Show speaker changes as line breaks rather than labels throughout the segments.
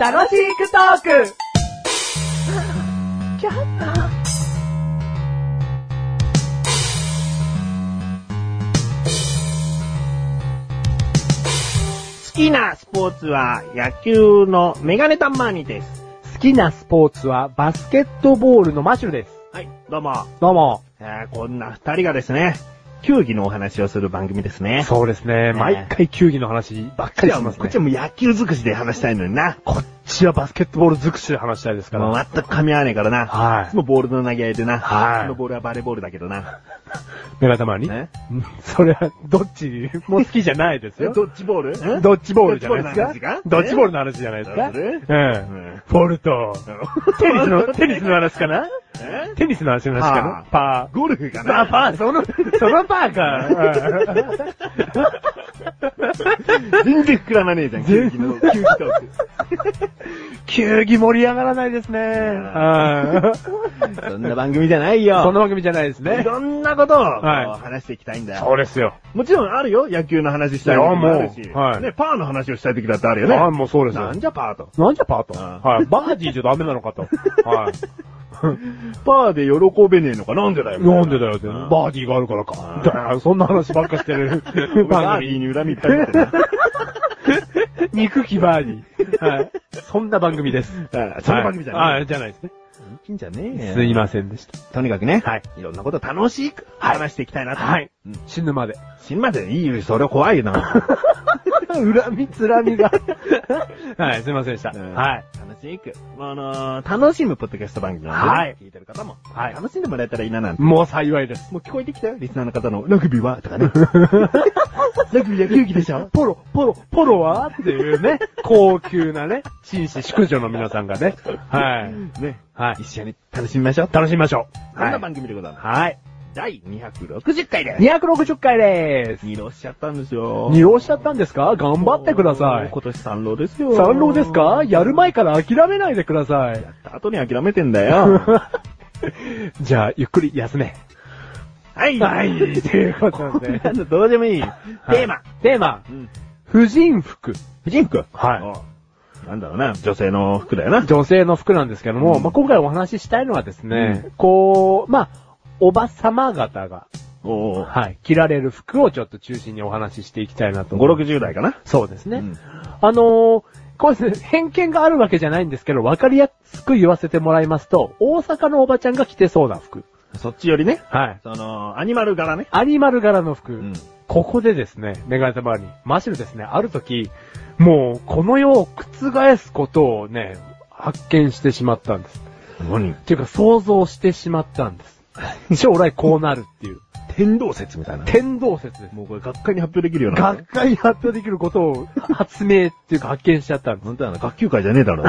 楽しくトーク
好きなスポーツは野球のメガネタンマーニです。
好きなスポーツはバスケットボールのマシュルです。
はい、どうも。
どうも。
えーこんな二人がですね、球技のお話をする番組ですね。
そうですね。毎回球技の話ばっ
こ
か
っち
りし
はも
ま
う、
す
こっ
ね
ち。はもう野球尽くしで話したいのにな。
こっちはバスケットボール尽くしで話したいですか
もう
ら。
全く噛み合わねえからな。
はい
いつもボールの投げ合いでな。
はい
そのボールはバレーボールだけどな。
目が玉に。
ね
うん それは、どっちも好きじゃないです
え
よ。
どっちボール
どっちボールじゃないですか。
ど
ど
っ
っ
ち
ち
ボール
ボールの話じゃないです
どうする
か。うん。
うん
ボールと、テニスの、テニスの話かな
え
テニスの話の話
はあ
かなパー。
ゴルフか
あ、
な
パー、その、 そのパー か。うん
全然膨らまねえじゃん、球技の、球技トーク。
球技盛り上がらないですね。うん
そんな番組じゃないよ。
そんな番組じゃないです
い
ね。
ろんなことを、
はい
こう話していきたいんだよ。
そうですよ。
もちろんあるよ、野球の話したい時もあるし。
いやもうはい
ね、パーの話をしたい時だってあるよね。
ああ、もうそうですよ
な。んじゃパーと。
なんじゃパート
あ
はい。バーディーじゃダメなのか と。はい。
パーで喜べねえのかなんでだよ。
なんでだよって。
うん
バーディーがあるからか。だからそんな話ばっかしてる
俺 バ
番
ーディー
組。
に恨みいっぱい持ってる
憎きバーディー。はい。そんな番組です。
な その番組じゃ
は
ない
あ
い。
じゃないですね。
いいんじゃねえ
すいま
ん。
せんでした。
とにかくね、
はい。
いろんなこと楽しく話していきたいなと。
はい
うん。
死ぬまで。
死ぬまでいいよ、それ怖いよな。
恨みつらみが。はい、すいませんでした。
うん
はい。。
楽しく。まああのー、楽しむポッドキャスト番組なんでね。
はい
聞いてる方も。
はい
楽しんでもらえたらいいななんて。
もう幸いです。
もう聞こえてきたよ、リスナーの 方の。ラグビーはとかね。ラグビーは球技でしょ
ポロ、ポロ、ポロはってい うね、高級なね、紳士淑女の皆さんがね。はい。
ね。
はい。
一緒に楽しみましょう。
楽しみましょう。
そん
は。
ない番組でございます。
はい。
第260回です。
260回でーす。
二浪しちゃったんですよ。
二浪しちゃったんですか頑張ってくださ
もう
い。
今年三浪ですよ。
三浪ですかやる前から諦めないでくださ
や。
い
った後に諦めてんだよ。
じゃあ、ゆっくり休め。
はい。
はい、ということで。
なんだどうでもいい。テーマ
は。い。テーマ。
うん。
婦人服。
婦人服。
は
おなんだろうな、女性の服だよな。
女性の服なんですけども、
うん
まあ、今回お話ししたいのはですね、こう、まあ、おばさま方が、
おお。
はい、着られる服をちょっと中心にお話ししていきたいな
5、
と思う。
60代かな。
そうですね。
うん
あのーこれですね偏見があるわけじゃないんですけど、わかりやすく言わせてもらいますと、大阪のおばちゃんが着てそうな服。
そっちよりね。
はい。
その、アニマル柄ね。
アニマル柄の服。
うん
ここでですね、メガネたまに、マシルですね、ある時、もう、この世を覆すことをね、発見してしまったんです。
何
っていうか、想像してしまった んです。将来こうなるっていう。
天動説みたいな。
天動説です。
もうこれ学会に発表できるような。
学会発表できることを発明っていうか発見しちゃったんです。
本当だな、学級会じゃねえだ ろ。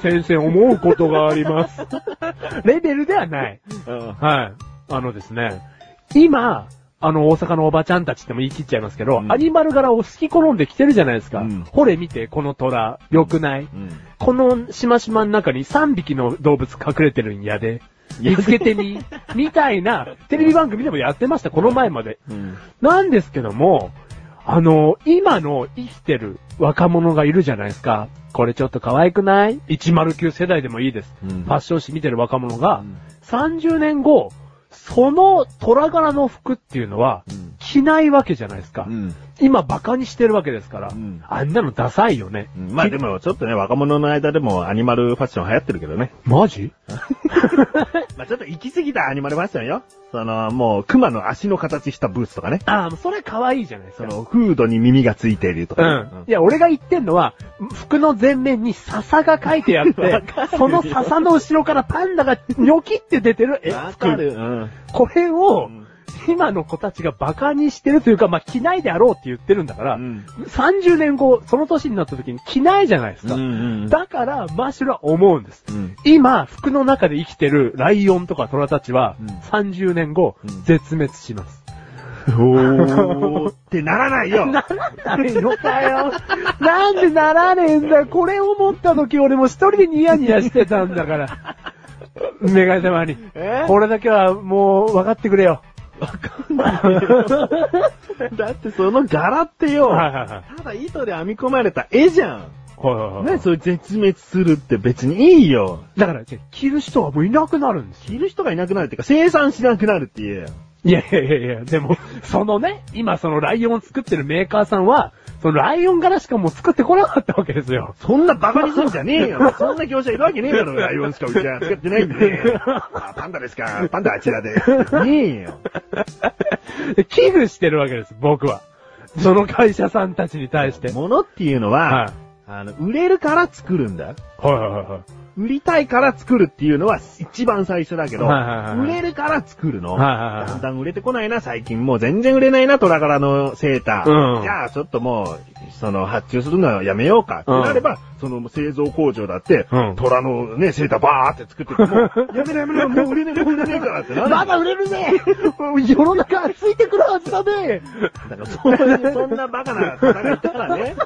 先生、思うことがあります。レベルではない。はい。あのですね、今、あの、大阪のおばちゃんたちっても言い切っちゃいますけど、
うん
アニマル柄を好き好んで着てるじゃないですか。
うん
ほれ見て、この虎、良くない、
うん。
このしましまの中に3匹の動物隠れてるんやで。見つけてみ、みたいな、テレビ番組でもやってました、この前まで。
うん。
なんですけども、あの、今の生きてる若者がいるじゃないですか。これちょっと可愛くない ?109 世代でもいいです。
うん
ファッション誌見てる若者が、
うん
30年後、その虎柄の服っていうのは
うん、
着ないわけじゃないですか。
うん。
今バカにしてるわけですから、
うん
あんなのダサいよね。
まあでも、ちょっとね、若者の間でもアニマルファッション流行ってるけどね。
マジ
まあちょっと行き過ぎたアニマルファッションよ。その、もう、熊の足の形したブーツとかね。
ああ、それ可愛いじゃないです
そ
か。
の、フードに耳がついていると
う
かね。
ん。いや、俺が言ってんのは、服の前面に笹が書いて あって、その笹の後ろからパンダがニョキって出てる絵
うん。わか
服。
る。うん。
これを、
うん
今の子たちがバカにしてるというか、まあ、着ないであろうって言ってるんだから、
うん
30年後、その年になった時に着ないじゃないですか。
うんうん
だから、マッシュルは思うんです。
うん
今、服の中で生きてるライオンとかトラたちは、
うん
30年後、
うん
絶滅します。
おーってなら ないよ。
ならないのかよ。なんでならねえんだよ。これを持った時俺も一人でニヤニヤしてたんだから。メガネ様に
え。
これだけはもう分かってくれよ。
わかんないよ。だってその柄ってよ、
はいはいはい。
ただ糸で編み込まれた絵じゃ
はいはいは
ん。
い。
ね、そう絶滅するって別にいいよ。
だから、じゃあ着る人はもういなくなるんですよ。
着る人がいなくなるっていうか、生産しなくなるっていう。
いやいやいやいや、でも、そのね、今そのライオンを作ってるメーカーさんは、そのライオン柄しかもう作ってこなかったわけですよ。
そんなバカにするんじゃねえ よ。そんな業者いるわけねえだろ、ライオンしかうちは使ってないんでね。 あ、パンダですか。パンダあちらで。ねえよ。
で寄付してるわけです、僕は。その会社さんたちに対して。はい。
物っていうのは、
はい
あの、売れるから作るんだ。
はいはいはい。
売りたいから作るっていうのは一番最初だけど、
はいはいはい
売れるから作るの、
はいはいはい
だんだん売れてこないな、最近。もう全然売れないな、トラ柄のセーター。
うん
じゃあ、ちょっともう、その、発注するのはやめようか。って
うん
なれば、その、製造工場だって、
うん
トラのね、セーターバーって作ってても、 やめろやめろ、もう売れねえ、もう売れねえからってなる。
まだ売れるね 世の中ついてくるはずだね
だからそういう、そんなバカな戦いたらね、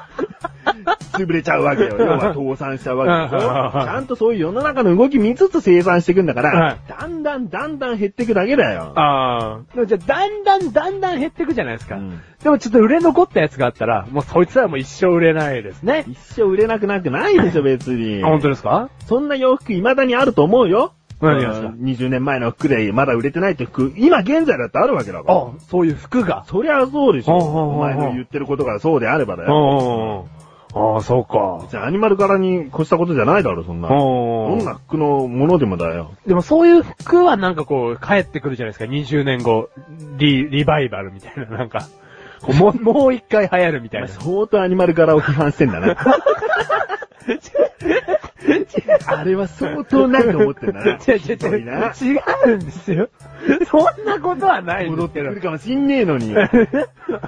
潰れちゃうわけ よ。要は倒産しちゃうわけでしょ
うん
ちゃんとそういう世の中の動き見つつ生産していくんだから、
はい
だんだんだんだん減っていくだけだよ。
ああ。じゃあ、だんだんだんだん減ってくじゃないですか。
うん
でもちょっと売れ残ったやつがあったら、もうそいつらはもう一生売れないですね。
一生売れなくなってないでしょ、別に。
あ本当ですか
そんな洋服未だにあると思うよ。
何がですか
うん ?20 年前の服でまだ売れてないって服、今現在だってあるわけだから。
あそういう服が。
そりゃそうでしょ。
ほうほうほうほう
お前の言ってることがそうであればだ
うん
よ。
うんうん。ああ、そうか。
じゃあアニマル柄に越したことじゃないだろ、そんな。ど
うん
な服のものでもだよ。
でもそういう服はなんかこう、帰ってくるじゃないですか。20年後、リ、リバイバルみたいな、なんか。こうもう、もう一回流行るみたい
まあ
な。
相当アニマル柄を批判してんだな。 あれは相当ないと思ってんだな。
違う違う違う。違うんですよ。そんなことはないん
戻っ
です
て
けど
くる。かもしんねえのに。
あ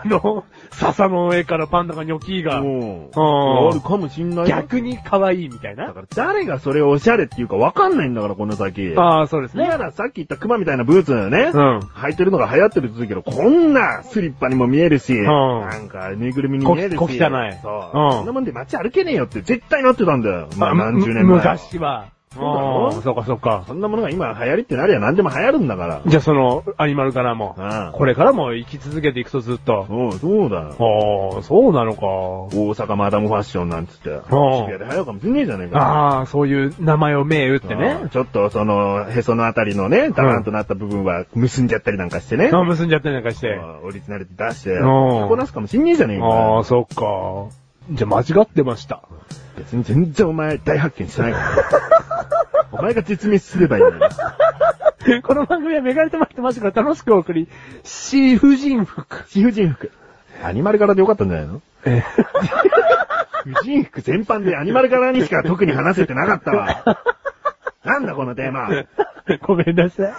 の、笹の上からパンダがニョキーが、
も
あー
あるかもしんないよ。
逆に可愛いみたい
だ
な。
から誰がそれをオシャレっていうかわかんないんだから、この先。
ああ、そうですね。
ならさっき言ったクマみたいなブーツのね、
うん
履いてるのが流行ってるって言うけど、こんなスリッパにも見えるし、なんかぬいぐるみに見えるし、
こ小汚い
そう、
うん
そんなもんで街歩けねえよって絶対なってたんだよ。まあ何十年前
む
は。
昔は。
そうだろ
うんそうかそうか。
そんなものが今流行りってなりゃ何でも流行るんだから。
じゃあその、アニマルからも、
うん
これからも生き続けていくとずっと。
そう、そうだよ。
ああ、そうなのか。
大阪マダムファッションなんつって、渋谷で流行るかもしんねえじゃねえか。
ああ、そういう名前を銘打って
うん
ね。
ちょっとその、へそのあたりのね、ダランとなった部分は結んじゃったりなんかしてね。
あ結んじゃったりなんかして。
うんオリジナリティ出して、着
ん
こなすかもしんねえじゃねえ
あ
か
あ、。そっか。じゃあ間違ってました。
別に全然お前大発見してないから。お前が絶滅すればいいのに。
この番組はメガネとマイトマジから楽しくお送り、シ婦人服。
貴婦人服。アニマル柄でよかったんじゃないの
え
婦人服 全般でアニマル柄にしか特に話せてなかったわ。なんだこのテーマ。
ごめんなさい。